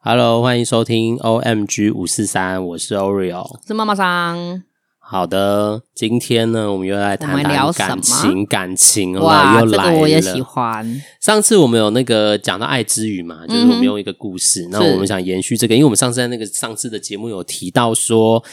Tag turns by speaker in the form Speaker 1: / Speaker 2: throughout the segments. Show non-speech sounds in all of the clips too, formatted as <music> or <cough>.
Speaker 1: Hello，欢迎收听 OMG 五四三，我是 Oreo。
Speaker 2: 是妈妈桑，
Speaker 1: 好的，今天呢，我们又来
Speaker 2: 我
Speaker 1: 谈
Speaker 2: 们
Speaker 1: 谈
Speaker 2: 聊
Speaker 1: 感
Speaker 2: 什
Speaker 1: 情，感情了，
Speaker 2: 哇，
Speaker 1: 又
Speaker 2: 这
Speaker 1: 来了。
Speaker 2: 个我也喜欢，？
Speaker 1: 上次我们有那个讲到爱之语嘛，就是我们用一个故事，那我们想延续这个，因为我们上次在那个上次的节目有提到说。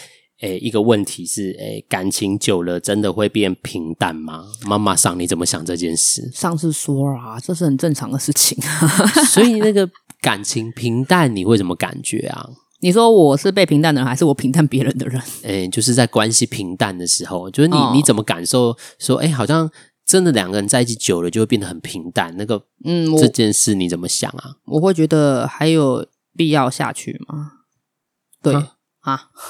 Speaker 1: 诶、一个问题是，诶、感情久了真的会变平淡吗？妈妈桑，你怎么想这件事
Speaker 2: <laughs> 上次说了啊，这是很正常的事情。 <laughs>
Speaker 1: 所以那个感情平淡，你会怎么感觉啊？
Speaker 2: 你说我是被平淡的人，还是我平淡别人的人？
Speaker 1: 诶、就是在关系平淡的时候，就是你、
Speaker 2: 哦
Speaker 1: 你怎么感受说，诶、好像真的两个人在一起久了就会变得很平淡。那个
Speaker 2: 嗯，我
Speaker 1: 这件事你怎么想啊？
Speaker 2: 我会觉得还有必要下去吗？对
Speaker 1: 啊
Speaker 2: 啊 <laughs>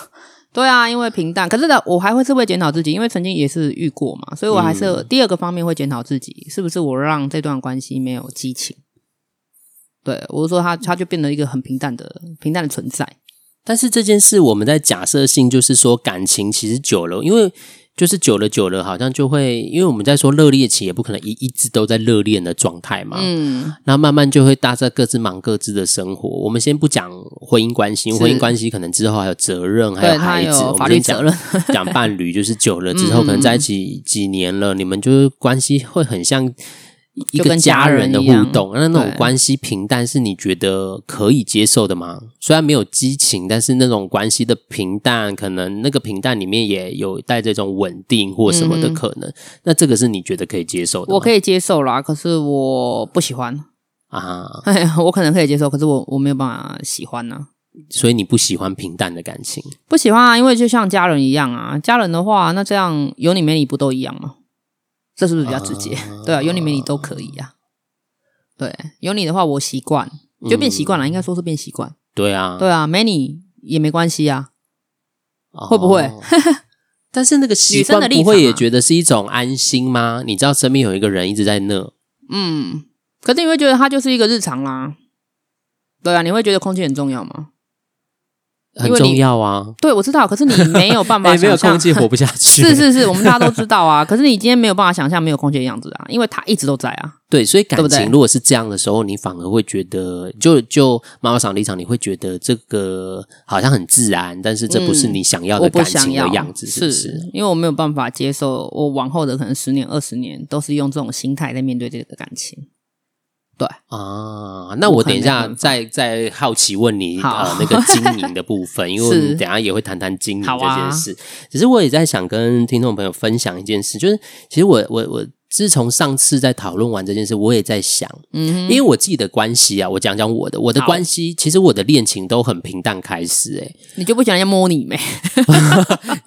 Speaker 2: 对啊，因为平淡。可是呢，我还会是会检讨自己，因为曾经也是遇过嘛，所以我还是、
Speaker 1: 嗯
Speaker 2: 第二个方面会检讨自己，是不是我让这段关系没有激情？对，我是说他他就变得一个很平淡的平淡的存在。啊
Speaker 1: 但是这件事我们在假设性，就是说感情其实久了，因为就是久了久了，好像就会，因为我们在说热恋期，也不可能一一直都在热恋的状态嘛。
Speaker 2: 嗯，
Speaker 1: 然后慢慢就会大家各自忙各自的生活。我们先不讲婚姻关系，因为
Speaker 2: 是
Speaker 1: 婚姻关系可能之后还有责任，还
Speaker 2: 对他
Speaker 1: 孩子，
Speaker 2: 有
Speaker 1: 我
Speaker 2: 法
Speaker 1: 们先
Speaker 2: 律
Speaker 1: 讲
Speaker 2: 责任。
Speaker 1: <laughs> 讲伴侣，就是久了之后，
Speaker 2: 嗯嗯
Speaker 1: 可能在一起几年了，你们就是关系会很像一
Speaker 2: 就
Speaker 1: 个
Speaker 2: 跟
Speaker 1: 家
Speaker 2: 家
Speaker 1: 人
Speaker 2: 人
Speaker 1: 的
Speaker 2: 一
Speaker 1: 互
Speaker 2: 样
Speaker 1: 动。那那种
Speaker 2: 对
Speaker 1: 关系平淡，是你觉得可以接受的吗？虽然没有激情，但是那种关系的平淡，可能那个平淡里面也有带这种稳定或什么的
Speaker 2: 嗯哼
Speaker 1: 可能。那这个是你觉得可以接受的吗？
Speaker 2: 我可以接受啦，可是我不喜欢。
Speaker 1: 啊，
Speaker 2: 哎呀， <laughs> 我可能可以接受，可是我我没有办法喜欢呢、
Speaker 1: 所以你不喜欢平淡的感情。
Speaker 2: 不喜欢啊，因为就像家人一样啊，家人的话，那这样有你没你不都一样吗？这是不是比较直接？ <laughs>
Speaker 1: 啊
Speaker 2: 对啊，有你没你都可以啊。对，有你的话我习惯，嗯就变习惯了，应该说是变习惯。
Speaker 1: 对啊，
Speaker 2: 对啊，没你也没关系啊。
Speaker 1: 会
Speaker 2: 会不会？
Speaker 1: 哦
Speaker 2: <laughs>
Speaker 1: 但是那个习
Speaker 2: 女生
Speaker 1: 惯
Speaker 2: 的立
Speaker 1: 不会
Speaker 2: 场
Speaker 1: 也
Speaker 2: 啊
Speaker 1: 觉得是一种安心吗？你知道身边有一个人一直在那，
Speaker 2: 嗯，可是你会觉得它就是一个日常啦。对啊，你会觉得空气很重要吗？
Speaker 1: 很
Speaker 2: 因为你
Speaker 1: 重要啊。
Speaker 2: 对，我知道，可是你没有办法
Speaker 1: <laughs> 哎，
Speaker 2: 想
Speaker 1: 没
Speaker 2: 象、
Speaker 1: 有空气活不下去。
Speaker 2: <laughs> 是是是，我们大家都知道啊。可是你今天没有办法想象没有空姐的样子啊，因为他一直都在啊。
Speaker 1: 对，所以感
Speaker 2: 对不对
Speaker 1: 情如果是这样的时候，你反而会觉得，就就妈妈桑立场，你会觉得这个好像很自然，但是这不是
Speaker 2: 嗯
Speaker 1: 你想要的
Speaker 2: 我不
Speaker 1: 感
Speaker 2: 想
Speaker 1: 情
Speaker 2: 要
Speaker 1: 的样子，是不
Speaker 2: 是
Speaker 1: 是？
Speaker 2: 因为我没有办法接受我往后的可能十年、二十年都是用这种心态在面对这个感情。
Speaker 1: 啊，那
Speaker 2: 我
Speaker 1: 我
Speaker 2: 可
Speaker 1: 等
Speaker 2: 能
Speaker 1: 一
Speaker 2: 没
Speaker 1: 下
Speaker 2: 办法
Speaker 1: 再再好奇问你
Speaker 2: 好
Speaker 1: 呃那个经营的部
Speaker 2: <laughs>
Speaker 1: 分，因为我
Speaker 2: 是
Speaker 1: 们等一下也会谈谈经营
Speaker 2: 好
Speaker 1: 这件
Speaker 2: 啊
Speaker 1: 事。只是我也在想跟听众朋友分享一件事，就是其实我我我自从上次在讨论完这件事，我也在想，
Speaker 2: 嗯
Speaker 1: 因为我自己的关系啊，我讲讲我的，我的
Speaker 2: 好
Speaker 1: 关系其实我的恋情都很平淡开始、欸，
Speaker 2: 哼，你就不喜欢人家摸你没？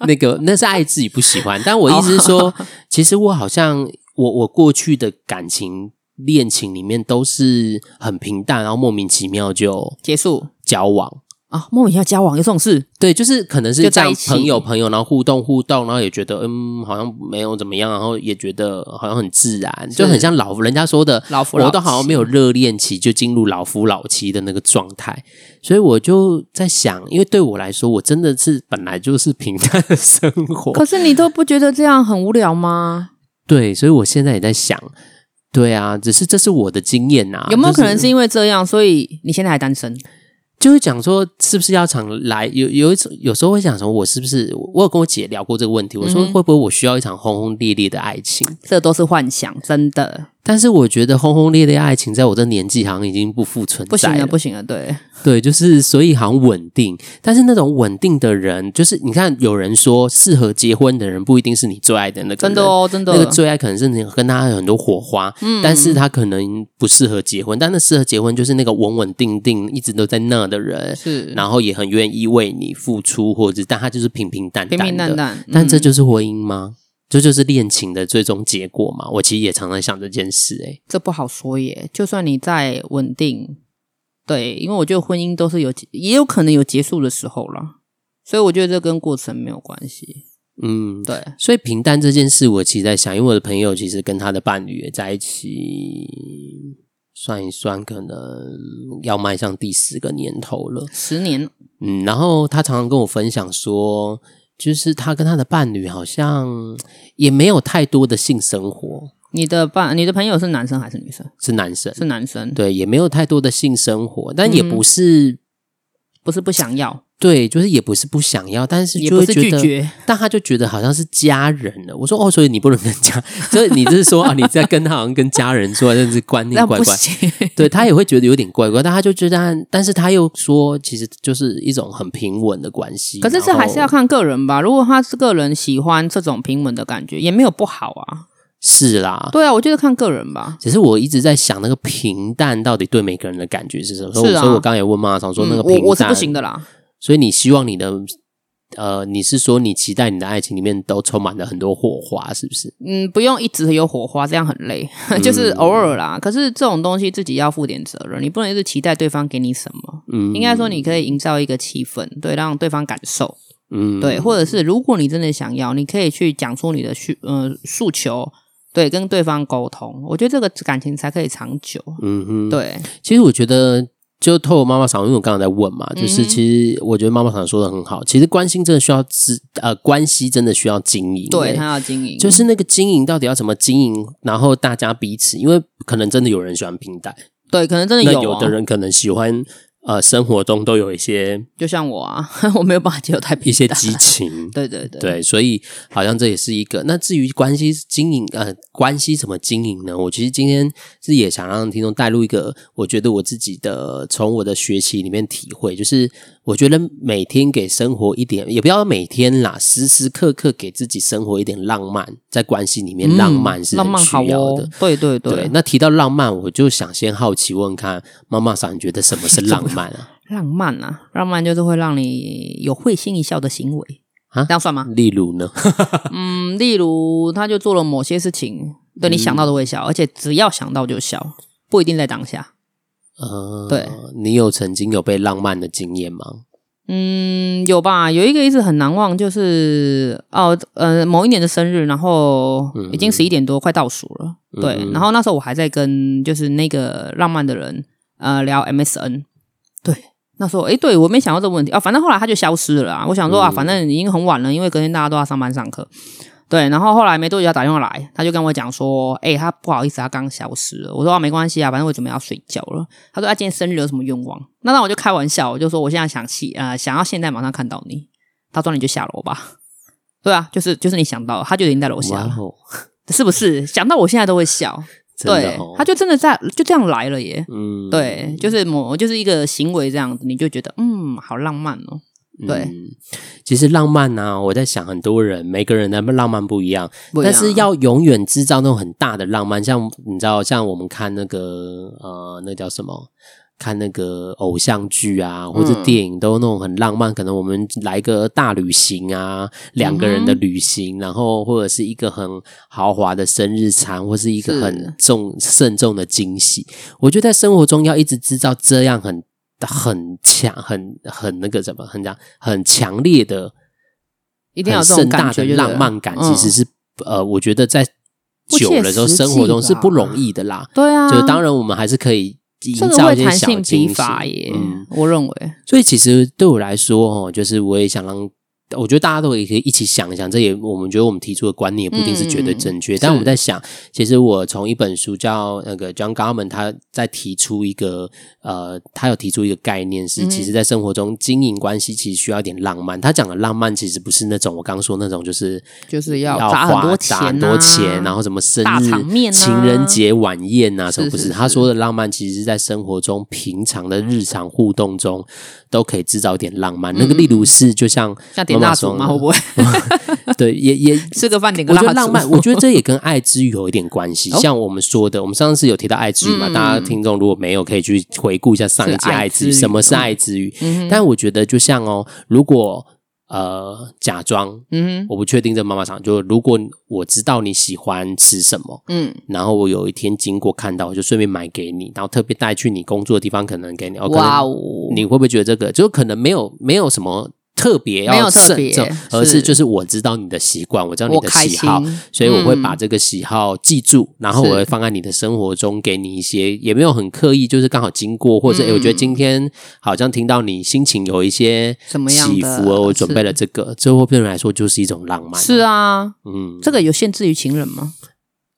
Speaker 1: 那个那是爱自己不喜欢，但我意思是
Speaker 2: 哦
Speaker 1: 说， <laughs> 其实我好像我我过去的感情恋情里面都是很平淡，然后莫名其妙就
Speaker 2: 结束
Speaker 1: 交往。
Speaker 2: 啊，莫名其妙交往有这种事？
Speaker 1: 对，就是可能是这
Speaker 2: 就在
Speaker 1: 样
Speaker 2: 一，起
Speaker 1: 朋友朋友，然后互动互动，然后也觉得嗯，好像没有怎么样，然后也觉得好像很自然，就很像老人家说的
Speaker 2: 老夫老
Speaker 1: 我都好像没有热恋期就进入老夫老妻的那个状态，所以我就在想，因为对我来说，我真的是本来就是平淡的生活，
Speaker 2: 可是你都不觉得这样很无聊吗？
Speaker 1: 对，所以我现在也在想，对啊，只是这是我的经验呐、
Speaker 2: 有没有可能
Speaker 1: 啊就是
Speaker 2: 因为这样，所以你现在还单身？
Speaker 1: 就会讲说，是不是要常来？有有一种，有时候会想说，我是不是我有跟我姐聊过这个问题？我说
Speaker 2: 嗯哼
Speaker 1: 会不会我需要一场轰轰烈烈的爱情？
Speaker 2: 这都是幻想，真的
Speaker 1: 但是我觉得轰轰烈烈爱情，在我这年纪好像已经不复存
Speaker 2: 不行
Speaker 1: 在
Speaker 2: 了，
Speaker 1: 了。
Speaker 2: 不行了，对，
Speaker 1: 对，就是所以好像稳定，但是那种稳定的人，就是你看有人说，适合结婚的人不一定是你最爱的那个人，
Speaker 2: 真的哦，真的。嗯
Speaker 1: 那个最爱可能是你跟他有很多火花，但是他可能不适合结婚，但那适合结婚就是那个稳稳定定一直都在那的人，
Speaker 2: 是
Speaker 1: 然后也很愿意为你付出，或者但他就是平平淡淡
Speaker 2: 平
Speaker 1: 的。
Speaker 2: 平淡淡，
Speaker 1: 但这
Speaker 2: 嗯
Speaker 1: 就是婚姻吗？这就是恋情的最终结果嘛？我其实也常常想这件事、欸，
Speaker 2: 这不好说耶。就算你再稳定，对，因为我觉得婚姻都是有结，也有可能有结束的时候啦。所以我觉得这跟过程没有关系。
Speaker 1: 嗯，
Speaker 2: 对，
Speaker 1: 所以平淡这件事，我其实在想，因为我的朋友其实跟他的伴侣也在一起，算一算，可能要迈向第四个年头了。
Speaker 2: 十年，
Speaker 1: 嗯，然后他常常跟我分享说，就是他跟他的伴侣好像也没有太多的性生活，
Speaker 2: 你的伴，你的朋友是男生还是女生？
Speaker 1: 是男生，
Speaker 2: 是男生，嗯
Speaker 1: 对，也没有太多的性生活，但也不是
Speaker 2: 不是不想要，
Speaker 1: 对，就是也不是不想要，但是
Speaker 2: 也
Speaker 1: 就
Speaker 2: 不
Speaker 1: 会
Speaker 2: 是
Speaker 1: 觉
Speaker 2: 拒
Speaker 1: 得，
Speaker 2: 绝，
Speaker 1: 但他就觉得好像是家人了。我说哦，所以你不能跟家，所以你就是说啊，你在跟他好像跟家人说，但是观念
Speaker 2: 那
Speaker 1: 怪
Speaker 2: 不
Speaker 1: 怪。
Speaker 2: 行。
Speaker 1: 对他也会觉得有点怪怪，但他就觉得他，但是他又说，其实就是一种很平稳的关系。
Speaker 2: <laughs> 可是这
Speaker 1: 然后
Speaker 2: 还是要看个人吧。如果他是个人喜欢这种平稳的感觉，也没有不好啊。
Speaker 1: 是啦，
Speaker 2: 对啊，我觉得看个人吧。
Speaker 1: 只是我一直在想，那个平淡到底对每个人的感觉是什么？所以我
Speaker 2: 是啊
Speaker 1: 所以我刚才也问妈长说，那个
Speaker 2: 嗯
Speaker 1: 平
Speaker 2: 我
Speaker 1: 淡、
Speaker 2: 我是不行的啦。
Speaker 1: 所以你希望你的呃，你是说你期待你的爱情里面都充满了很多火花，是不是？
Speaker 2: 嗯，不用一直有火花，这样很累， <laughs>
Speaker 1: 嗯
Speaker 2: 就是偶尔啦。可是这种东西自己要负点责任，你不能一直期待对方给你什么。
Speaker 1: 嗯，
Speaker 2: 应该说，你可以营造一个气氛，对，让对方感受，
Speaker 1: 嗯，
Speaker 2: 对，或者是如果你真的想要，你可以去讲出你的需呃诉求，对，跟对方沟通。我觉得这个感情才可以长久。
Speaker 1: 嗯哼，。
Speaker 2: 对，
Speaker 1: 其实我觉得，就透过妈妈桑，因为我刚刚在问嘛，就
Speaker 2: 嗯
Speaker 1: 是
Speaker 2: 哼
Speaker 1: 其实我觉得妈妈桑说的很好，其实关心真的需要知呃，关系真的需要经营，
Speaker 2: 对
Speaker 1: 欸
Speaker 2: 他要经营，
Speaker 1: 就是那个经营到底要怎么经营，然后大家彼此，因为可能真的有人喜欢平淡，
Speaker 2: 对，可能真的
Speaker 1: 那
Speaker 2: 有、啊、
Speaker 1: 有的人可能喜欢呃生活中都有一些
Speaker 2: 就像我啊， <laughs> 我没有办法接受太平淡
Speaker 1: 一些激，
Speaker 2: <laughs>，
Speaker 1: 情
Speaker 2: 对对对，
Speaker 1: 对，所以好像这也是一个。那至于关系经营，呃，关系怎么经营呢？我其实今天是也想让听众带入一个，我觉得我自己的从我的学习里面体会，就是我觉得每天给生活一点，也不要每天啦，时时刻刻给自己生活一点浪漫，在关系里面
Speaker 2: 嗯，
Speaker 1: 浪漫是
Speaker 2: 浪
Speaker 1: 很
Speaker 2: 漫好
Speaker 1: 需要的。
Speaker 2: 哦，对对
Speaker 1: 对，那提到浪漫，我就想先好奇问看妈妈桑，你觉得什么是浪漫啊？ <laughs>
Speaker 2: 浪漫啊，浪漫就是会让你有会心一笑的行为
Speaker 1: 啊
Speaker 2: 这样算吗？
Speaker 1: 例如呢？
Speaker 2: 嗯，例如他就做了某些事情，对你想到都会笑，而且只要想到就笑，不一定在当下。
Speaker 1: 呃，
Speaker 2: 对，
Speaker 1: 你有曾经有被浪漫的经验吗？
Speaker 2: 嗯，有吧？有一个一直很难忘，就是哦，呃，某一年的生日，然后已经十一点多，快倒数了。对，
Speaker 1: 嗯
Speaker 2: 然后那时候我还在跟就是那个浪漫的人呃聊 MSN。对，那时候诶，对我没想到这个问题啊，反正后来他就消失了啊。我想说啊，
Speaker 1: 嗯
Speaker 2: 反正已经很晚了，因为隔天大家都要上班上课。对，然后后来没多久他打电话来，他就跟我讲说：“哎、他不好意思，他刚消失了。”我说：“啊，没关系啊，反正我准备要睡觉了。”他说：“啊，今天生日有什么愿望？”那那我就开玩笑，我就说：“我现在想起啊、呃想要现在马上看到你。”他说：“你就下楼吧。” <laughs> 对啊，就是就是你想到，他就已经在楼下
Speaker 1: 哇
Speaker 2: 了，
Speaker 1: 哦，
Speaker 2: 是不是？想到我现在都会笑，
Speaker 1: 真的
Speaker 2: 对
Speaker 1: 哦，，
Speaker 2: 他就真的在就这样来了耶。
Speaker 1: 嗯
Speaker 2: 对，就是某就是一个行为这样子，你就觉得嗯，好浪漫哦。对
Speaker 1: 嗯其实浪漫呢、我在想很多人，每个人的浪漫不一啊样，
Speaker 2: 不一
Speaker 1: 但
Speaker 2: 样
Speaker 1: 是要永远制造那种很大的浪漫，像你知道，像我们看那个呃，那叫什么？看那个偶像剧啊，或者
Speaker 2: 嗯
Speaker 1: 电影，都那种很浪漫。可能我们来个大旅行啊，两个
Speaker 2: 嗯
Speaker 1: 人的旅行，然后或者是一个很豪华的生日餐，或是一个
Speaker 2: 是
Speaker 1: 很重慎重的惊喜。我觉得在生活中要一直制造这样很很强、很很那个什么、很强、很强烈的、
Speaker 2: 一
Speaker 1: 一
Speaker 2: 定要有这
Speaker 1: 盛
Speaker 2: 种
Speaker 1: 大
Speaker 2: 感觉
Speaker 1: 的
Speaker 2: 就对了，
Speaker 1: 浪漫感，
Speaker 2: 嗯
Speaker 1: 其实是呃，我觉得在久了之后，
Speaker 2: 不切实际吧
Speaker 1: 生活中是不容易的啦。
Speaker 2: 对啊，
Speaker 1: 就当然，我们还是可以营
Speaker 2: 这个
Speaker 1: 造
Speaker 2: 会
Speaker 1: 一些
Speaker 2: 弹
Speaker 1: 小
Speaker 2: 性疲
Speaker 1: 惊喜
Speaker 2: 乏耶
Speaker 1: 嗯，，
Speaker 2: 我认为
Speaker 1: 所以其实对我来说，哦，就是我也想让。我觉得大家都可以一起想一想，这也我们觉得我们提出的观念也不一定是
Speaker 2: 嗯
Speaker 1: 绝对正确，但我们在想，其实我从一本书叫那个 John Garman，他在提出一个呃，他有提出一个概念是，
Speaker 2: 嗯哼
Speaker 1: 其实在生活中经营关系其实需要一点浪漫。他讲的浪漫其实不是那种我刚说那种，就是
Speaker 2: 就是要
Speaker 1: 要
Speaker 2: 砸
Speaker 1: 花
Speaker 2: 很多
Speaker 1: 砸
Speaker 2: 钱
Speaker 1: 很多
Speaker 2: 啊
Speaker 1: 钱，然后什么生
Speaker 2: 大
Speaker 1: 日
Speaker 2: 场面啊
Speaker 1: 情人节晚宴啊，什么
Speaker 2: 是
Speaker 1: 不是？
Speaker 2: 是
Speaker 1: 他
Speaker 2: 是
Speaker 1: 说的浪漫，其实是在生活中平常的日常互动中都可以制造一点浪漫。那个例如是，就嗯像
Speaker 2: 像点
Speaker 1: 妈妈
Speaker 2: 蜡烛
Speaker 1: 说
Speaker 2: 嘛，
Speaker 1: 的
Speaker 2: 会不会
Speaker 1: <laughs> 对，也也。
Speaker 2: 吃个饭点个
Speaker 1: 我
Speaker 2: 蜡
Speaker 1: 觉
Speaker 2: 烛？
Speaker 1: 得浪 <laughs> 漫，我觉得这也跟爱之语有一点关 <laughs> 系。像我们说的，我们上次有提到爱之语嘛，
Speaker 2: 嗯
Speaker 1: 大家听众如果没有，可以去回顾一下上一集
Speaker 2: 是爱
Speaker 1: 爱之语，
Speaker 2: 之语
Speaker 1: 什么是爱之语。
Speaker 2: 嗯哼
Speaker 1: 但我觉得，就像哦，如果呃假装
Speaker 2: <laughs> 嗯哼
Speaker 1: 我不确定这妈妈桑，就如果我知道你喜欢吃什么，
Speaker 2: 嗯，
Speaker 1: 然后我有一天经过看到，我就顺便买给你，然后特别带去你工作的地方，可能给你。哦、可能
Speaker 2: 哇哦，
Speaker 1: 你会不会觉得这个就可能没有没有什么特别
Speaker 2: 没有
Speaker 1: 要
Speaker 2: 特
Speaker 1: 慎
Speaker 2: 别
Speaker 1: 重，而是
Speaker 2: 是
Speaker 1: 就是我知道你的习惯，我知道你
Speaker 2: 我
Speaker 1: 的
Speaker 2: 开
Speaker 1: 喜
Speaker 2: 心
Speaker 1: 好，，所以我会把
Speaker 2: 嗯
Speaker 1: 这个喜好记住，然后我会放在你的生活中，给你一些也没有很刻意，就是刚好经过，或
Speaker 2: 嗯
Speaker 1: 者、诶我觉得今天好像听到你心情有一些
Speaker 2: 什么样的
Speaker 1: 起伏哦，我准备了这
Speaker 2: 啊
Speaker 1: 个，这对我个人来说就是一种浪漫。
Speaker 2: 是，啊，
Speaker 1: 嗯，
Speaker 2: 这个有限制于情人吗？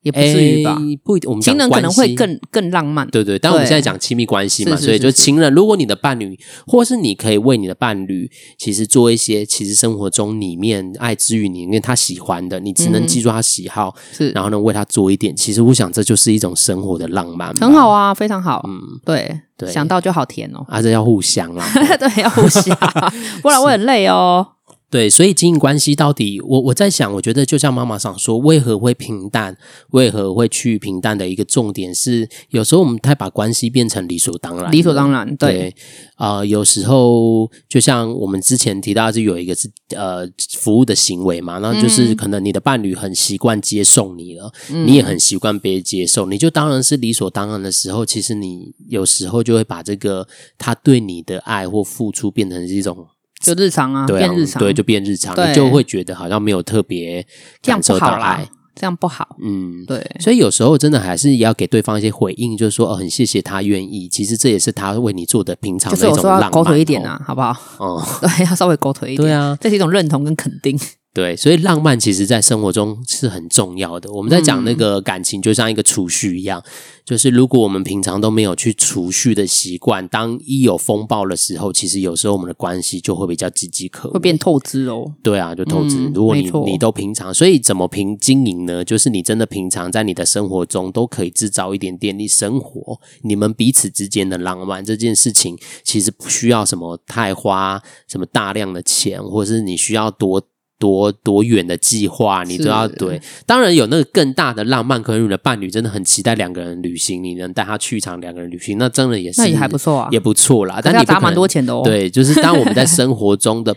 Speaker 2: 也不至于吧？
Speaker 1: 诶哎不一定，我们讲
Speaker 2: 情人可能
Speaker 1: 关
Speaker 2: 会
Speaker 1: 系
Speaker 2: 更更浪漫。
Speaker 1: 对对，但我们
Speaker 2: 对
Speaker 1: 现在讲亲密关系嘛，
Speaker 2: 是是
Speaker 1: 所以
Speaker 2: 是
Speaker 1: 就是情人，如果你的伴侣，或是你可以为你的伴侣，其实做一些其实生活中里面爱之于里面他喜欢的，你只能记住他喜好，
Speaker 2: 是
Speaker 1: 然后呢为他做一点，其实我想这就是一种生活的浪漫吧，
Speaker 2: 很好啊，非常好。
Speaker 1: 嗯
Speaker 2: 对，
Speaker 1: 对。
Speaker 2: 想到就好甜哦 <laughs>
Speaker 1: 啊，这要互相啦。
Speaker 2: 对，要互相，
Speaker 1: <laughs>
Speaker 2: 不然我很累哦。
Speaker 1: 对，所以经营关系到底，我我在想，我觉得就像妈妈想说，为何会平淡，为何会去平淡的一个重点是，有时候我们太把关系变成理所当然，
Speaker 2: 理所当然，对，
Speaker 1: 对，呃，有时候就像我们之前提到，就有一个是呃服务的行为嘛，然后
Speaker 2: 嗯
Speaker 1: 就是可能你的伴侣很习惯接送你了，你也
Speaker 2: 嗯
Speaker 1: 很习惯被接受，你就当然是理所当然的时候，其实你有时候就会把这个他对你的爱或付出变成是一种
Speaker 2: 就日常啊，
Speaker 1: 对、啊、
Speaker 2: 变日常，
Speaker 1: 对，就变日常，
Speaker 2: 对
Speaker 1: 你就会觉得好像没有特别
Speaker 2: 这
Speaker 1: 感
Speaker 2: 样不
Speaker 1: 受到
Speaker 2: 好啦
Speaker 1: 爱，，
Speaker 2: 这样不好。
Speaker 1: 嗯。
Speaker 2: 对，
Speaker 1: 所以有时候真的还是要给对方一些回应，就是说，哦，很谢谢他愿意，其实这也是他为你做的平常
Speaker 2: 就
Speaker 1: 的一
Speaker 2: 是我
Speaker 1: 种
Speaker 2: 说
Speaker 1: 浪
Speaker 2: 要
Speaker 1: 漫。
Speaker 2: 狗腿一点啊，好不好？
Speaker 1: 哦，哦，
Speaker 2: <laughs> 对，要稍微狗腿一点。
Speaker 1: 对啊，
Speaker 2: 这是一种认同跟肯定。
Speaker 1: 对，所以浪漫其实在生活中是很重要的。我们在讲那个感情，就像一个储蓄一样，就是如果我们平常都没有去储蓄的习惯，当一有风暴的时候，其实有时候我们的关系就会比较岌岌可危，
Speaker 2: 会变透支哦。
Speaker 1: 对啊，就透支。
Speaker 2: 嗯
Speaker 1: 如果你
Speaker 2: 没错
Speaker 1: 你都平常，所以怎么平经营呢？就是你真的平常在你的生活中都可以制造一点点你生活你们彼此之间的浪漫这件事情，其实不需要什么太花什么大量的钱，或者是你需要多。多多远的计划，你都要
Speaker 2: 是
Speaker 1: 对。当然有那个更大的浪漫，可能你的伴侣真的很期待两个人旅行，你能带他去一场两个人旅行，那真的也是
Speaker 2: 那也还不错啊
Speaker 1: 也不错啦。
Speaker 2: 可
Speaker 1: 但你
Speaker 2: 是要
Speaker 1: 不
Speaker 2: 砸
Speaker 1: 可
Speaker 2: 蛮
Speaker 1: 能
Speaker 2: 多钱的哦。，
Speaker 1: 对，就是当我们在生活中
Speaker 2: <laughs>
Speaker 1: 的，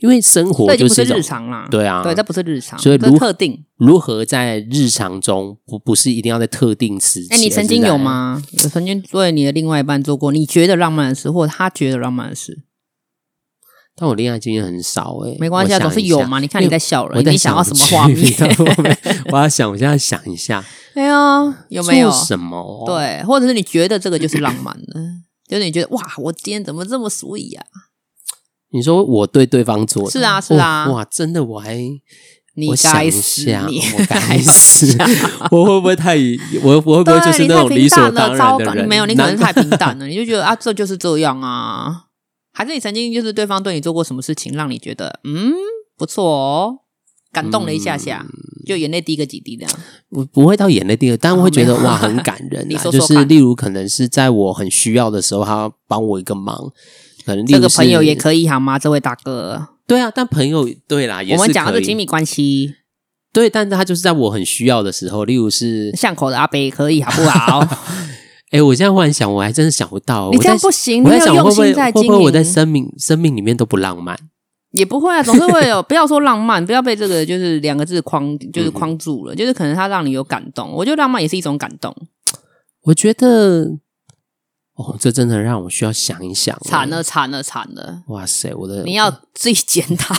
Speaker 1: 因为生活
Speaker 2: 这已经
Speaker 1: 就
Speaker 2: 不
Speaker 1: 是
Speaker 2: 是
Speaker 1: 一种
Speaker 2: 日常啦。
Speaker 1: 对啊
Speaker 2: 对，这不是日常，
Speaker 1: 所以
Speaker 2: 这是
Speaker 1: 如
Speaker 2: 特定。
Speaker 1: 如何在日常中不不是一定要在特定时期。
Speaker 2: 哎，你曾经
Speaker 1: 而是在
Speaker 2: 有？吗？有曾经对你的另外一半做过你觉得浪漫的事，或者他觉得浪漫的事，
Speaker 1: 但我恋爱经验很少哎、
Speaker 2: 没关系，啊，
Speaker 1: 我想
Speaker 2: 总
Speaker 1: 一
Speaker 2: 是有
Speaker 1: 下。
Speaker 2: 嘛。你看你在笑了，
Speaker 1: 我在
Speaker 2: 你想要什么
Speaker 1: <laughs>
Speaker 2: 画
Speaker 1: 不去
Speaker 2: 面？
Speaker 1: 我要想，我现在想一下，
Speaker 2: <laughs> 哎呀， <laughs> 有没有
Speaker 1: 做？什么？，哦
Speaker 2: 对，或者是你觉得这个就是浪漫的， <laughs> 就是你觉得哇，我今天怎么这么 sweet 啊？
Speaker 1: 你说我对对方做的，哦
Speaker 2: 是啊是啊
Speaker 1: 哇，哇真的，我还
Speaker 2: 你
Speaker 1: 我想
Speaker 2: 该
Speaker 1: 一
Speaker 2: 死
Speaker 1: 下，
Speaker 2: 你， <laughs>
Speaker 1: 我该死，我会不会太我我会不
Speaker 2: 对
Speaker 1: 会
Speaker 2: 啊，
Speaker 1: 就是
Speaker 2: 你
Speaker 1: 那
Speaker 2: 太
Speaker 1: 种
Speaker 2: 平
Speaker 1: 理所
Speaker 2: 淡了
Speaker 1: 当然
Speaker 2: 糟
Speaker 1: 的
Speaker 2: 糕
Speaker 1: 人？
Speaker 2: 没有，你可能
Speaker 1: 难
Speaker 2: 太平淡 <laughs> 了，你就觉得啊，这就是这样啊。还是你曾经就是对方对你做过什么事情，让你觉得嗯不错哦，感动了一下下，就眼泪滴个几滴这样。
Speaker 1: 我不会到眼泪滴，但
Speaker 2: 哦
Speaker 1: 会觉得、
Speaker 2: 没有
Speaker 1: 哇很感人、啊。
Speaker 2: <laughs> 你说
Speaker 1: 就
Speaker 2: 说
Speaker 1: 是
Speaker 2: 看
Speaker 1: 例如可能是在我很需要的时候，他帮我一个忙，可能例如
Speaker 2: 这个朋友也
Speaker 1: 以
Speaker 2: 可以好吗？这位大哥，
Speaker 1: 对啊，但朋友对啦，也
Speaker 2: 我
Speaker 1: 是
Speaker 2: 们讲的
Speaker 1: 可
Speaker 2: 是
Speaker 1: 以
Speaker 2: 亲密关系，
Speaker 1: 对，但他就是在我很需要的时候，例如是
Speaker 2: 巷口的阿伯可以好不 <laughs> 好？
Speaker 1: 哎，我现在忽然想，我还真的想不到，
Speaker 2: 你
Speaker 1: 我
Speaker 2: 这样
Speaker 1: 在
Speaker 2: 不行，你
Speaker 1: 我在
Speaker 2: 有
Speaker 1: 想
Speaker 2: 用
Speaker 1: 会不会会
Speaker 2: 心在
Speaker 1: 不
Speaker 2: 经
Speaker 1: 会我在
Speaker 2: 营，
Speaker 1: 生命生命里面都不浪漫？
Speaker 2: 也不会啊，总是会 <laughs> 有。不要说浪漫，不要被这个就是两个字框，就是框住了。就是可能他让你有感动，我觉得浪漫也是一种感动。
Speaker 1: 我觉得哦，这真的让我需要想一想。啊
Speaker 2: 惨了，！惨了，惨了！
Speaker 1: 哇塞，我的
Speaker 2: 你要 <laughs> 自己检讨。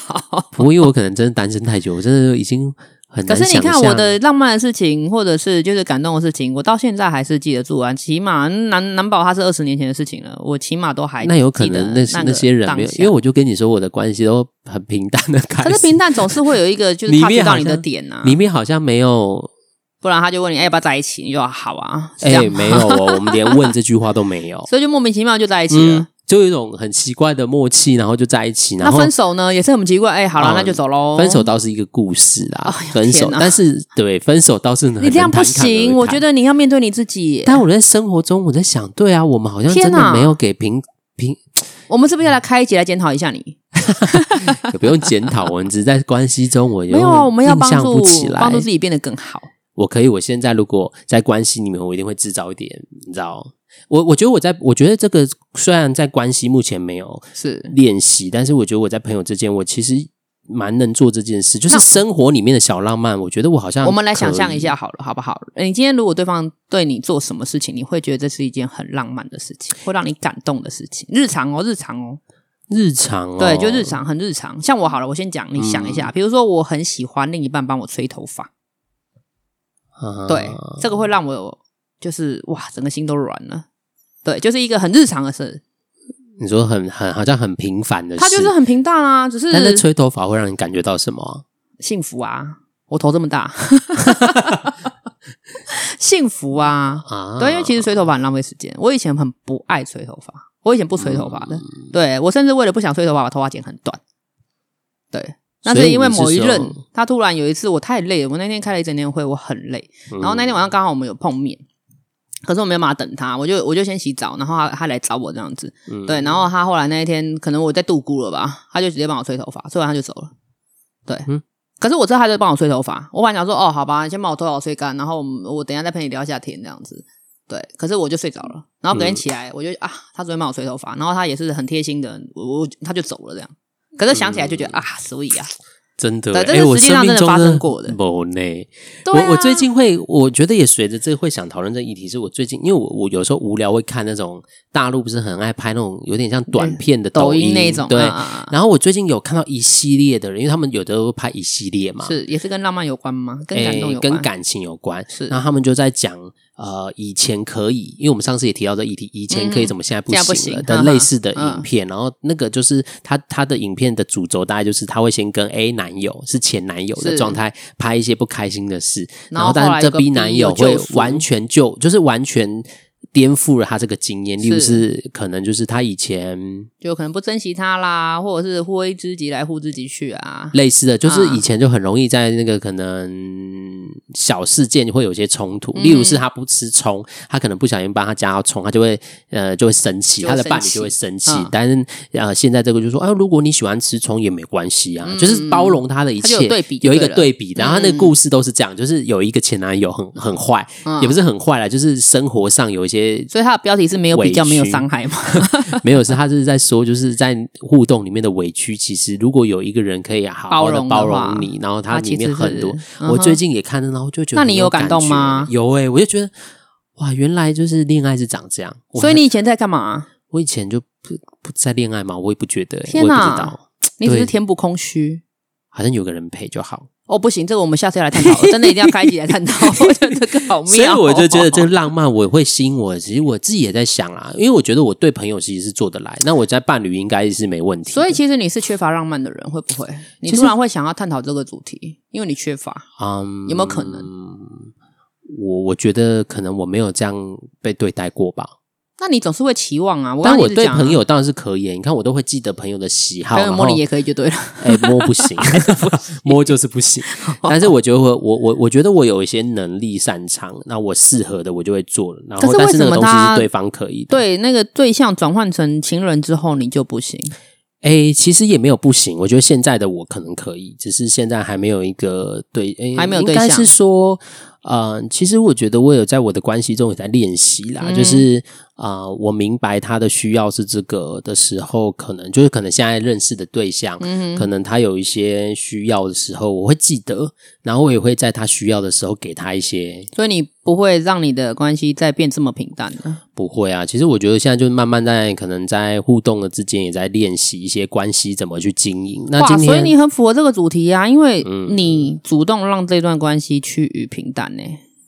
Speaker 1: 我因为我可能真的单身太久，我真的已经很
Speaker 2: 可
Speaker 1: 难
Speaker 2: 是
Speaker 1: 想
Speaker 2: 你
Speaker 1: 象。欸
Speaker 2: 看我的浪漫的事情，或者是就是感动的事情，我到现在还是记得住啊。起码难难保它是二十年前的事情了，我起码都还
Speaker 1: 那有可
Speaker 2: 记得
Speaker 1: 能那是
Speaker 2: 那
Speaker 1: 那些人没有，因为
Speaker 2: 为
Speaker 1: 我就跟你说我的关系都很平淡的开始，
Speaker 2: 可是平淡总是会有一
Speaker 1: <laughs>
Speaker 2: 个就是
Speaker 1: 里
Speaker 2: touch
Speaker 1: 面好
Speaker 2: 到
Speaker 1: 像
Speaker 2: 你的点啊，
Speaker 1: 里面好像没有，
Speaker 2: 不然他就问你哎要不要在一起，你就说好啊，是这
Speaker 1: 哎、
Speaker 2: 样
Speaker 1: 没有哦，我们连问这句话都没
Speaker 2: <laughs>，
Speaker 1: 有
Speaker 2: 所以就莫名其妙就在一起
Speaker 1: 嗯
Speaker 2: 了。，
Speaker 1: 就有一种很奇怪的默契，然后就在一起，
Speaker 2: 那
Speaker 1: 然后
Speaker 2: 分手呢也是很奇怪，哎，好了
Speaker 1: 嗯
Speaker 2: 那就走喽，
Speaker 1: 分手。倒是一个故事啦，
Speaker 2: 哎呀
Speaker 1: 分手
Speaker 2: 天，哪
Speaker 1: 但是对分手倒是很
Speaker 2: <laughs> 你这样
Speaker 1: 能
Speaker 2: 不
Speaker 1: 侃侃而
Speaker 2: 行，我
Speaker 1: 谈
Speaker 2: 觉。得你要面对你自己。
Speaker 1: 但我在生活中，我在想，对啊，我们好像
Speaker 2: 天
Speaker 1: 真的
Speaker 2: 哪
Speaker 1: 没有给平 <laughs> 平，
Speaker 2: 我们是不是要来开一集来检讨一下你？
Speaker 1: 也不用检讨，我们只是在关系中，我
Speaker 2: 没有啊，我们要
Speaker 1: 印
Speaker 2: 帮
Speaker 1: 象
Speaker 2: 助
Speaker 1: 不起来，
Speaker 2: 帮助自己变得更好。
Speaker 1: 我可以，我现在如果在关系里面，我一定会制造一点，你知道？我我觉得我在，我觉得这个虽然在关系目前没有
Speaker 2: 是，
Speaker 1: 练习，但是我觉得我在朋友之间，我其实蛮能做这件事，就是
Speaker 2: 那
Speaker 1: 生活里面的小浪漫。我觉得我好像
Speaker 2: 我们来想
Speaker 1: 嗯可以
Speaker 2: 象一，下好了，好不好？呃你今天如果对方对你做什么事情，你会觉得这是一件很浪漫的事情，会让你感动的事情。日常哦，日常哦，
Speaker 1: 日常、哦、嗯
Speaker 2: 对，就日常，很日常。像我好了，我先讲，你想一下，比如说我很喜欢另一半帮我吹头发，
Speaker 1: 啊
Speaker 2: 对，这个会让我有就是哇，整个心都软了。对，就是一个很日常的事，
Speaker 1: 你说很很好像很平凡的事，
Speaker 2: 它就是很平淡啊，只
Speaker 1: 但是
Speaker 2: 是
Speaker 1: 吹头发会让你感觉到什么啊？
Speaker 2: 幸福啊。我头这么大， <laughs> 幸福啊。
Speaker 1: 啊，
Speaker 2: 对，因为其实吹头发很浪费时间。我以前很不爱吹头发，我以前不吹头发的。
Speaker 1: 嗯
Speaker 2: 对我甚至为了不想吹头发，把头发剪很短。对，那
Speaker 1: 所
Speaker 2: 是
Speaker 1: 以
Speaker 2: 因为
Speaker 1: 你是
Speaker 2: 某一
Speaker 1: 说
Speaker 2: 任他突然有一次我太累了，我那天开了一整天会，我很累。
Speaker 1: 嗯
Speaker 2: 然后那天晚上刚好我们有碰面，可是我没有办法等他，我就我就先洗澡，然后他他来找我这样子。
Speaker 1: 嗯
Speaker 2: 对，然后他后来那一天可能我在度孤了吧，他就直接帮我吹头发，吹完他就走了。对，
Speaker 1: 嗯
Speaker 2: 可是我知道他在帮我吹头发，我本来想说哦，好吧，先把我头发吹干，然后我们我等一下再陪你聊一下天这样子。对，可是我就睡着了，然后
Speaker 1: 嗯
Speaker 2: 隔天起来，我就啊，他昨天帮我吹头发，然后他也是很贴心的，我我他就走了这样。可是想起来就觉
Speaker 1: 嗯
Speaker 2: 得、啊，所以啊，
Speaker 1: 真的
Speaker 2: 对
Speaker 1: 欸，
Speaker 2: 这
Speaker 1: 哎、
Speaker 2: 是
Speaker 1: 我
Speaker 2: 实际
Speaker 1: 生
Speaker 2: 上
Speaker 1: 命
Speaker 2: 真的
Speaker 1: 中
Speaker 2: 发生
Speaker 1: 真
Speaker 2: 过的
Speaker 1: 某呢，
Speaker 2: 对啊
Speaker 1: 我我最近会，我觉得也随着这会想讨论这议题，是我最近因为我我有时候无聊会看那种大陆不是很爱拍那种有点像短片的
Speaker 2: 嗯抖
Speaker 1: 音
Speaker 2: 音那种，
Speaker 1: 对。
Speaker 2: 啊啊啊
Speaker 1: 然后我最近有看到一系列的人，因为他们有的会拍一系列嘛，
Speaker 2: 啊是也是跟浪漫有关吗？跟
Speaker 1: 诶，
Speaker 2: 感动有关？
Speaker 1: 跟感啊情有关。
Speaker 2: 是
Speaker 1: 然后他们就在讲呃，以前可以，因为我们上次也提到这议题，以前可以怎么现在不
Speaker 2: 嗯现在不
Speaker 1: 行了
Speaker 2: 行
Speaker 1: 的
Speaker 2: 哈哈
Speaker 1: 类似的
Speaker 2: 嗯
Speaker 1: 影片。然后那个就是他他的影片的主轴大概就是他会先跟 A 男友是前男友的
Speaker 2: 是
Speaker 1: 状态拍一些不开心的事，然
Speaker 2: 然后
Speaker 1: 后
Speaker 2: 后
Speaker 1: 但
Speaker 2: 来
Speaker 1: 这
Speaker 2: 有个
Speaker 1: B
Speaker 2: B
Speaker 1: 男
Speaker 2: 有
Speaker 1: 友会
Speaker 2: 救赎
Speaker 1: 完全就就是完全。颠覆了他这个经验，例如
Speaker 2: 是
Speaker 1: 是可能就是他以前
Speaker 2: 就可能不珍惜他啦，或者是呼之即来，呼之即去啊。
Speaker 1: 类似的，就是
Speaker 2: 啊
Speaker 1: 以前就很容易在那个可能小事件会有些冲突，
Speaker 2: 嗯
Speaker 1: 例如是他不吃葱，他可能不小心帮他加到葱，他就会呃就会生气，
Speaker 2: 就会
Speaker 1: 他的伴侣
Speaker 2: 生气
Speaker 1: 就会生气。
Speaker 2: 嗯
Speaker 1: 但是呃，现在这个就说，哎、如果你喜欢吃葱也没关系啊，就是包容他的一
Speaker 2: 嗯他就
Speaker 1: 切，
Speaker 2: 有对比就
Speaker 1: 有一个
Speaker 2: 对了
Speaker 1: 对比。然后他那
Speaker 2: 嗯
Speaker 1: 个故事都是这样，就是有一个前男友很很坏，
Speaker 2: 嗯
Speaker 1: 也不是很坏啦，就是生活上有一些
Speaker 2: 所以他的标题是没有比较，
Speaker 1: 委屈
Speaker 2: 没有伤害嘛？ <laughs>
Speaker 1: <laughs> 没有，是他就是在说，就是在互动里面的委屈。其实如果有一个人可以好好的包
Speaker 2: 包容的话
Speaker 1: 容你，然后
Speaker 2: 他
Speaker 1: 他里面很多
Speaker 2: 其实，是嗯哼
Speaker 1: 我最近也看了，然后就觉得
Speaker 2: 那你
Speaker 1: 很
Speaker 2: 有
Speaker 1: 有
Speaker 2: 感
Speaker 1: 感
Speaker 2: 动
Speaker 1: 觉
Speaker 2: 吗
Speaker 1: 有诶、我就觉得哇，原来就是恋爱是长这样。我
Speaker 2: 所以
Speaker 1: 还
Speaker 2: 你以前在干嘛？啊
Speaker 1: 我以前就不不在恋爱嘛，我也不觉得、欸，
Speaker 2: 天
Speaker 1: 我也
Speaker 2: 哪
Speaker 1: 不知道，
Speaker 2: 你只是
Speaker 1: 对
Speaker 2: 填补空虚。
Speaker 1: 好像有个人陪就好。
Speaker 2: 哦，不行，这个我们下次要来探讨了，真的一定要开一集来探讨。 <laughs> 我觉得这个好妙哦，
Speaker 1: 所以我就觉得这个浪漫我会吸引我，其实我自己也在想啦，因为我觉得我对朋友其实是做得来，那我在伴侣应该是没问题的。
Speaker 2: 所以其实你是缺乏浪漫的人，会不会？你
Speaker 1: 其实
Speaker 2: 突然会想要探讨这个主题，因为你缺乏。
Speaker 1: 嗯，
Speaker 2: 有没有可能？
Speaker 1: 我我觉得可能我没有这样被对待过吧。
Speaker 2: 那你总是会期望啊。我
Speaker 1: 但
Speaker 2: 刚刚
Speaker 1: 我
Speaker 2: 一直
Speaker 1: 对
Speaker 2: 讲啊
Speaker 1: 朋友当然是可以，你看我都会记得朋友的喜好，
Speaker 2: 朋友
Speaker 1: 然后
Speaker 2: 摸你也可以就对了。
Speaker 1: 哎、摸不
Speaker 2: <laughs>
Speaker 1: 行，摸就是不行。 <laughs> 但是我觉得我我我我觉得我有一些能力擅长，那我适合的我就会做了。然后
Speaker 2: 可是为
Speaker 1: 但是那
Speaker 2: 什
Speaker 1: 个
Speaker 2: 么
Speaker 1: 东西
Speaker 2: 他
Speaker 1: 是对方可以的，
Speaker 2: 对，那个对象转换成情人之后，你就不行。
Speaker 1: 哎，其实也没有不行，我觉得现在的我可能可以，只是现在还没有一个对，哎
Speaker 2: 还没有对
Speaker 1: 应
Speaker 2: 象
Speaker 1: 该是说，呃，其实我觉得我有在我的关系中也在练习啦，
Speaker 2: 嗯
Speaker 1: 就是啊、呃我明白他的需要是这个的时候，可能就是可能现在认识的对象，
Speaker 2: 嗯
Speaker 1: 可能他有一些需要的时候，我会记得，然后我也会在他需要的时候给他一些
Speaker 2: 所以你不会让你的关系再变这么平淡的。
Speaker 1: 不会啊，其实我觉得现在就是慢慢在可能在互动的之间也在练习一些关系怎么去经营。那
Speaker 2: 哇，
Speaker 1: 今天嗯
Speaker 2: 所以你很符合这个主题啊，因为你主动让这段关系趋于平淡呢、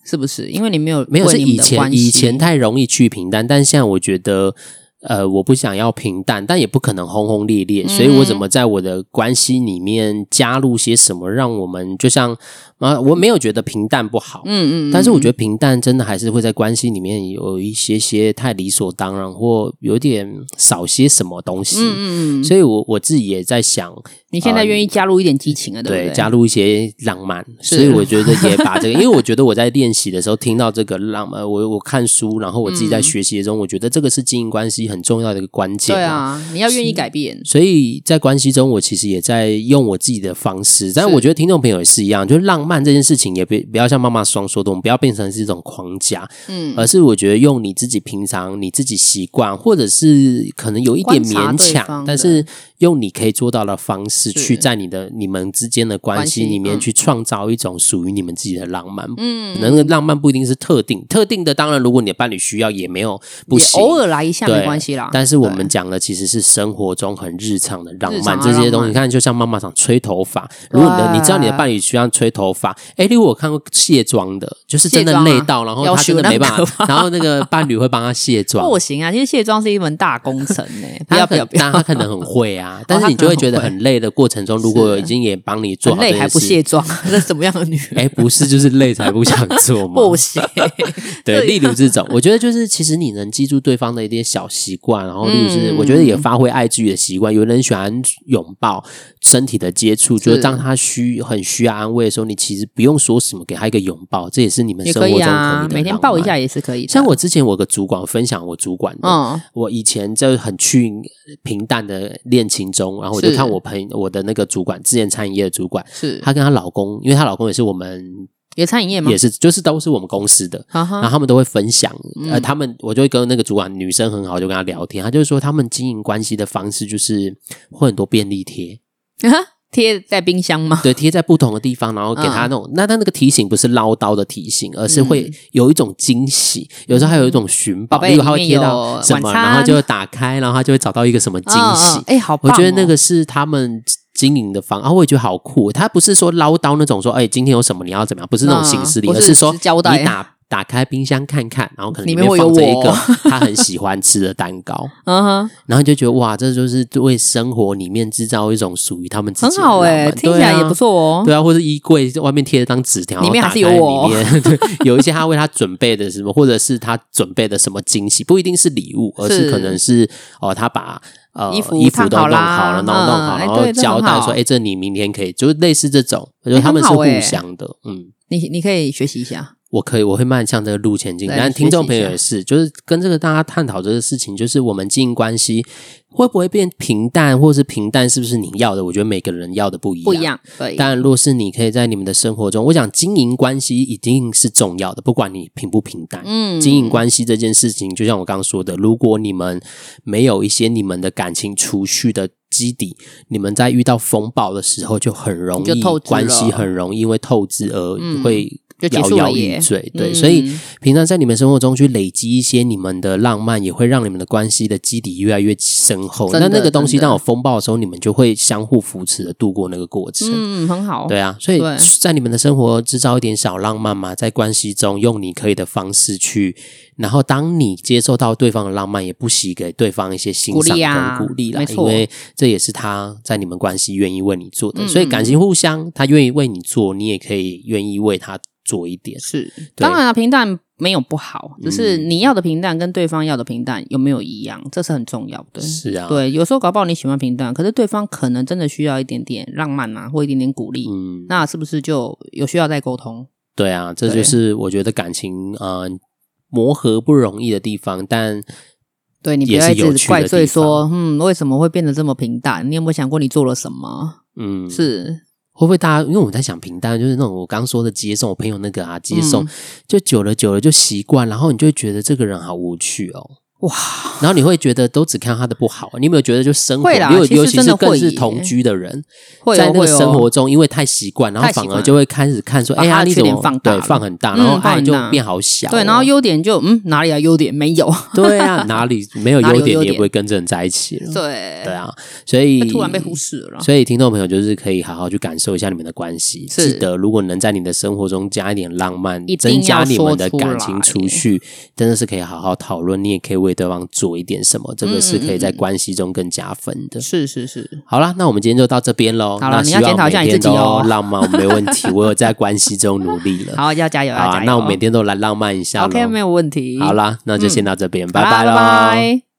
Speaker 2: 是不是？因为你没有
Speaker 1: 没有
Speaker 2: 为
Speaker 1: 是
Speaker 2: 你们
Speaker 1: 以
Speaker 2: 的关
Speaker 1: 前
Speaker 2: 系
Speaker 1: 以前太容易去平淡，但现在我觉得。呃，我不想要平淡，但也不可能轰轰烈烈，所以我
Speaker 2: 嗯
Speaker 1: 怎么在我的关系里面加入些什么，让我们就像啊，我没有觉得平淡不好，
Speaker 2: 嗯嗯，
Speaker 1: 但是我觉得平淡真的还是会在关系里面有一些些太理所当然，或有点少些什么东西。
Speaker 2: 嗯嗯嗯，
Speaker 1: 所以我我自己也在想，
Speaker 2: 你现在愿意加入一点激情了，对不
Speaker 1: 对，
Speaker 2: 对？
Speaker 1: 加入一些浪漫，
Speaker 2: 是
Speaker 1: 所以我觉得也把
Speaker 2: <laughs>
Speaker 1: 这个，因为我觉得我在练习的时候听到这个浪漫，我我看书，然后我自己在
Speaker 2: 嗯
Speaker 1: 学习中，我觉得这个是经营关系很重要的一个关键、
Speaker 2: 对。啊，你要愿意改变，
Speaker 1: 所以在关系中，我其实也在用我自己的方式，但我觉得听众朋友也是一样，就是浪漫这件事情也别不要像妈妈双说的，我们不要变成是一种框架，
Speaker 2: 嗯，
Speaker 1: 而是我觉得用你自己平常你自己习惯，或者是可能有一点
Speaker 2: 观察
Speaker 1: 勉
Speaker 2: 对方
Speaker 1: 强，
Speaker 2: 的
Speaker 1: 但是用你可以做到的方式
Speaker 2: 是
Speaker 1: 去在你的你们之间的关系
Speaker 2: 关系
Speaker 1: 里面
Speaker 2: 嗯
Speaker 1: 去创造一种属于你们自己的浪漫。
Speaker 2: 嗯，
Speaker 1: 可能那个浪漫不一定是特定，特定的当然，如果你的伴侣需要也没有不
Speaker 2: 也
Speaker 1: 行。
Speaker 2: 偶尔来一下
Speaker 1: 对
Speaker 2: 没关系啦。
Speaker 1: 但是我
Speaker 2: 对
Speaker 1: 们讲的其实是生活中很日常的浪
Speaker 2: 日常
Speaker 1: 漫
Speaker 2: 的
Speaker 1: 这些
Speaker 2: 浪
Speaker 1: 东西。
Speaker 2: 漫
Speaker 1: 你看，就像妈妈想吹头发，如果你的
Speaker 2: 哇
Speaker 1: 你知道你的伴侣需要吹头发，哎，例如我看过卸妆的，就是真
Speaker 2: 卸
Speaker 1: 的
Speaker 2: 妆啊
Speaker 1: 累到，然后
Speaker 2: 要
Speaker 1: 他
Speaker 2: 求
Speaker 1: 真的没办
Speaker 2: 那么
Speaker 1: 法，然后那个伴侣会帮他卸妆
Speaker 2: <laughs> 不。行啊，其实卸妆是一门大工程呢、不
Speaker 1: 他 <laughs>
Speaker 2: 要
Speaker 1: 可
Speaker 2: 不要
Speaker 1: 能，但
Speaker 2: <laughs> 不要，哦
Speaker 1: 他可能很会啊，啦，但是你就会觉得很累的过程中，如果已经也帮你做
Speaker 2: 很
Speaker 1: 好这
Speaker 2: 累还
Speaker 1: 件
Speaker 2: 不
Speaker 1: 事，
Speaker 2: 卸妆， <laughs> 这是什么
Speaker 1: <laughs>
Speaker 2: 样的女人？
Speaker 1: 哎，不是就是累才不想做
Speaker 2: <laughs>
Speaker 1: 吗？
Speaker 2: 不行，
Speaker 1: 对，
Speaker 2: 对
Speaker 1: 例如这种，我觉得就是其实你能记住对方的一点小习惯，然后例如是
Speaker 2: 嗯
Speaker 1: 我觉得也发挥爱之语的习惯。有人喜欢拥抱身体的接触，就是
Speaker 2: 是
Speaker 1: 当他需很需要安慰的时候，你其实不用说什么，给他一个拥抱，这也是你们
Speaker 2: 也
Speaker 1: 生活
Speaker 2: 可
Speaker 1: 中
Speaker 2: 以
Speaker 1: 可
Speaker 2: 啊
Speaker 1: 能，的
Speaker 2: 每天
Speaker 1: 浪
Speaker 2: 抱一
Speaker 1: 漫
Speaker 2: 下。也是可以的。啊
Speaker 1: 像我之前我有个主管我分享我主管的，
Speaker 2: 嗯，
Speaker 1: 我以前就很去平淡的恋情中，然后我就是看我朋我的那个主管，之前餐饮业的主管，
Speaker 2: 是
Speaker 1: 她跟她老公，因为她老公也是我们
Speaker 2: 也餐饮业吗啊
Speaker 1: 也？是就是都是我们公司的，
Speaker 2: 哈
Speaker 1: 然后
Speaker 2: 哈，
Speaker 1: 他们都会分享，呃，
Speaker 2: 嗯
Speaker 1: 他们我就会跟那个主管女生很好，就跟她聊天，她就说他们经营关系的方式就是会很多便利贴，
Speaker 2: <laughs> 贴在冰箱吗？
Speaker 1: 对，贴在不同的地方，然后给他那
Speaker 2: 嗯
Speaker 1: 种，那他那个提醒不是唠叨的提醒，而是会有一种惊喜，有时候还有一种寻宝，
Speaker 2: 宝贝
Speaker 1: 例如他会
Speaker 2: 里面
Speaker 1: 贴
Speaker 2: 有
Speaker 1: 到什么，
Speaker 2: 晚餐
Speaker 1: 然后就会打开，然后他就会找到一个什么惊喜
Speaker 2: 嗯嗯，哎，好
Speaker 1: 我
Speaker 2: 棒哦！
Speaker 1: 觉得那个是他们经营的方，啊，我也觉得好酷。他不是说唠叨那种说，哎、今天有什么你要怎么样，不是那种形式力，
Speaker 2: 嗯不
Speaker 1: 而
Speaker 2: 是
Speaker 1: 是说
Speaker 2: 只是交代
Speaker 1: 你打打开冰箱看看，然后可能
Speaker 2: 里
Speaker 1: 面
Speaker 2: 面会有
Speaker 1: 放着一
Speaker 2: 我
Speaker 1: 个 <laughs> 他很喜欢吃的蛋糕，
Speaker 2: 嗯哼，
Speaker 1: 然后你就觉得哇，这就是为生活里面制造一种属于他们自
Speaker 2: 很
Speaker 1: 己的
Speaker 2: 好
Speaker 1: 浪
Speaker 2: 哎，
Speaker 1: 漫
Speaker 2: 听起来
Speaker 1: 对啊
Speaker 2: 也不错哦。
Speaker 1: 对啊，或者衣柜外面贴了张纸条，
Speaker 2: 里面
Speaker 1: 然后
Speaker 2: 还是
Speaker 1: 打开
Speaker 2: 有我哦
Speaker 1: 里面 <laughs> 对，有一些他为他准备的什么，或者是他准备的什么惊喜，不一定是礼物，而是
Speaker 2: 是
Speaker 1: 可能是哦，他把呃
Speaker 2: 衣服
Speaker 1: 服都
Speaker 2: 烫好
Speaker 1: 弄
Speaker 2: 啦
Speaker 1: 好了，然后
Speaker 2: 嗯
Speaker 1: 弄好，
Speaker 2: 哎
Speaker 1: 然后
Speaker 2: 对这
Speaker 1: 交代
Speaker 2: 很好
Speaker 1: 说，哎，这你明天可以，就是类似这种，我觉得
Speaker 2: 哎
Speaker 1: 他们是
Speaker 2: 很好
Speaker 1: 互
Speaker 2: 哎
Speaker 1: 相的，嗯。
Speaker 2: 你你可以学习一下，
Speaker 1: 我可以，我会慢慢向这个路前进。
Speaker 2: 对
Speaker 1: 但
Speaker 2: 学
Speaker 1: 听众
Speaker 2: 习一
Speaker 1: 朋友
Speaker 2: 下
Speaker 1: 也是，就是跟这个大家探讨这个事情，就是我们经营关系会不会变平淡，或是平淡是不是你要的？我觉得每个人要的不一样，
Speaker 2: 不一样，对，
Speaker 1: 当然，若是你可以在你们的生活中，我想经营关系一定是重要的，不管你平不平淡。
Speaker 2: 嗯
Speaker 1: 经营关系这件事情，就像我刚刚说的，如果你们没有一些你们的感情储蓄的基底，你们在遇到风暴的时候就很容
Speaker 2: 你
Speaker 1: 易
Speaker 2: 就透支了
Speaker 1: 关系很容易因为透支而
Speaker 2: 嗯
Speaker 1: 会
Speaker 2: 就结
Speaker 1: 摇
Speaker 2: 束了
Speaker 1: 摇
Speaker 2: 耶
Speaker 1: 欲坠。对，
Speaker 2: 嗯
Speaker 1: 所以平常在你们生活中去累积一些你们的浪漫，也会让你们的关系的基底越来越深厚。
Speaker 2: 真
Speaker 1: 那
Speaker 2: 的
Speaker 1: 那个东西
Speaker 2: 真的
Speaker 1: 当有风暴的时候，你们就会相互扶持的度过那个过程。
Speaker 2: 嗯，很好，
Speaker 1: 对啊，所以
Speaker 2: 对
Speaker 1: 在你们的生活制造一点小浪漫嘛，在关系中用你可以的方式去，然后当你接受到对方的浪漫，也不惜给对方一些欣赏
Speaker 2: 鼓励啊
Speaker 1: 跟鼓励啦，
Speaker 2: 没
Speaker 1: 因
Speaker 2: 错
Speaker 1: 为这也是他在你们关系愿意为你做的，
Speaker 2: 嗯
Speaker 1: 所以感情互相，他愿意为你做，你也可以愿意为他做一点。
Speaker 2: 是，
Speaker 1: 对嗯
Speaker 2: 当然啊了，平淡没有不好，只是你要的平淡跟对方要的平淡有没有一样，这是很重要的。
Speaker 1: 是啊，，
Speaker 2: 对，有时候搞不好你喜欢平淡，可是对方可能真的需要一点点浪漫啊，或一点点鼓励，
Speaker 1: 嗯，
Speaker 2: 那是不是就有需要再沟通？
Speaker 1: 对啊，这
Speaker 2: 对
Speaker 1: 就是我觉得感情呃磨合不容易的地方，但
Speaker 2: 对你不
Speaker 1: 也
Speaker 2: 要
Speaker 1: 是
Speaker 2: 一
Speaker 1: 有
Speaker 2: 直
Speaker 1: 趣的
Speaker 2: 怪罪
Speaker 1: 地方
Speaker 2: 说，嗯，为什么会变得这么平淡？你有没有想过你做了什么？
Speaker 1: 嗯
Speaker 2: 是，
Speaker 1: 会不会大家？因为我在想平淡，就是那种我刚说的接送，我朋友那个啊接送，
Speaker 2: 嗯
Speaker 1: 就久了久了就习惯，然后你就会觉得这个人好无趣哦。
Speaker 2: 哇，
Speaker 1: 然后你会觉得都只看他的不好，你有没有觉得就生活，
Speaker 2: 会啦
Speaker 1: 因为
Speaker 2: 其实
Speaker 1: 尤其
Speaker 2: 真
Speaker 1: 是
Speaker 2: 的
Speaker 1: 更
Speaker 2: 会
Speaker 1: 是
Speaker 2: 耶
Speaker 1: 同居的人，
Speaker 2: 会
Speaker 1: 在
Speaker 2: 有
Speaker 1: 那个
Speaker 2: 会有哦
Speaker 1: 生活中，因为太习惯，然后
Speaker 2: 太习
Speaker 1: 反
Speaker 2: 惯
Speaker 1: 而就会开始看说，
Speaker 2: 把
Speaker 1: 哎呀，
Speaker 2: 他的
Speaker 1: 你
Speaker 2: 缺
Speaker 1: 怎
Speaker 2: 点
Speaker 1: 么
Speaker 2: 放大
Speaker 1: 对
Speaker 2: 了
Speaker 1: 放很大，
Speaker 2: 嗯
Speaker 1: 然后爱
Speaker 2: 放很
Speaker 1: 就
Speaker 2: 大
Speaker 1: 变好小哦，
Speaker 2: 对，然后优点就嗯哪里啊优点没有，
Speaker 1: 对啊，哪里没有
Speaker 2: <laughs> 哪里
Speaker 1: 优
Speaker 2: 有
Speaker 1: 点
Speaker 2: 优
Speaker 1: 你也
Speaker 2: 点
Speaker 1: 不会跟这人在一起了，
Speaker 2: <laughs> 对
Speaker 1: 对，啊，所以
Speaker 2: 会 <laughs> 突然被忽视了啦。
Speaker 1: 所以，听众朋友就是可以好好去感受一下你们的关系。
Speaker 2: 是
Speaker 1: 记得，如果能在你的生活中加一点浪漫
Speaker 2: 一，定
Speaker 1: 增加
Speaker 2: 要
Speaker 1: 你们的
Speaker 2: 说出
Speaker 1: 感情储蓄，真的是可以好好讨论。你也可以为对方做一点什么，这个是可以
Speaker 2: 嗯
Speaker 1: 在关系中更加分的。
Speaker 2: 是是是，
Speaker 1: 好啦，那我们今天就到这边喽。
Speaker 2: 好啦
Speaker 1: 那
Speaker 2: 你
Speaker 1: 希
Speaker 2: 要
Speaker 1: 望
Speaker 2: 检讨一下
Speaker 1: 每
Speaker 2: 你自己
Speaker 1: 天
Speaker 2: 哦
Speaker 1: 都浪漫，我没问题，我有在关系中努力了。
Speaker 2: <laughs> 好，哦要加油，
Speaker 1: 好
Speaker 2: 要加
Speaker 1: 啊
Speaker 2: 油。
Speaker 1: 那我每天都来浪漫一下喽。
Speaker 2: OK 没有问题。
Speaker 1: 好啦，那就先到这边，
Speaker 2: 好啦，
Speaker 1: 拜
Speaker 2: 拜
Speaker 1: 喽。
Speaker 2: 拜。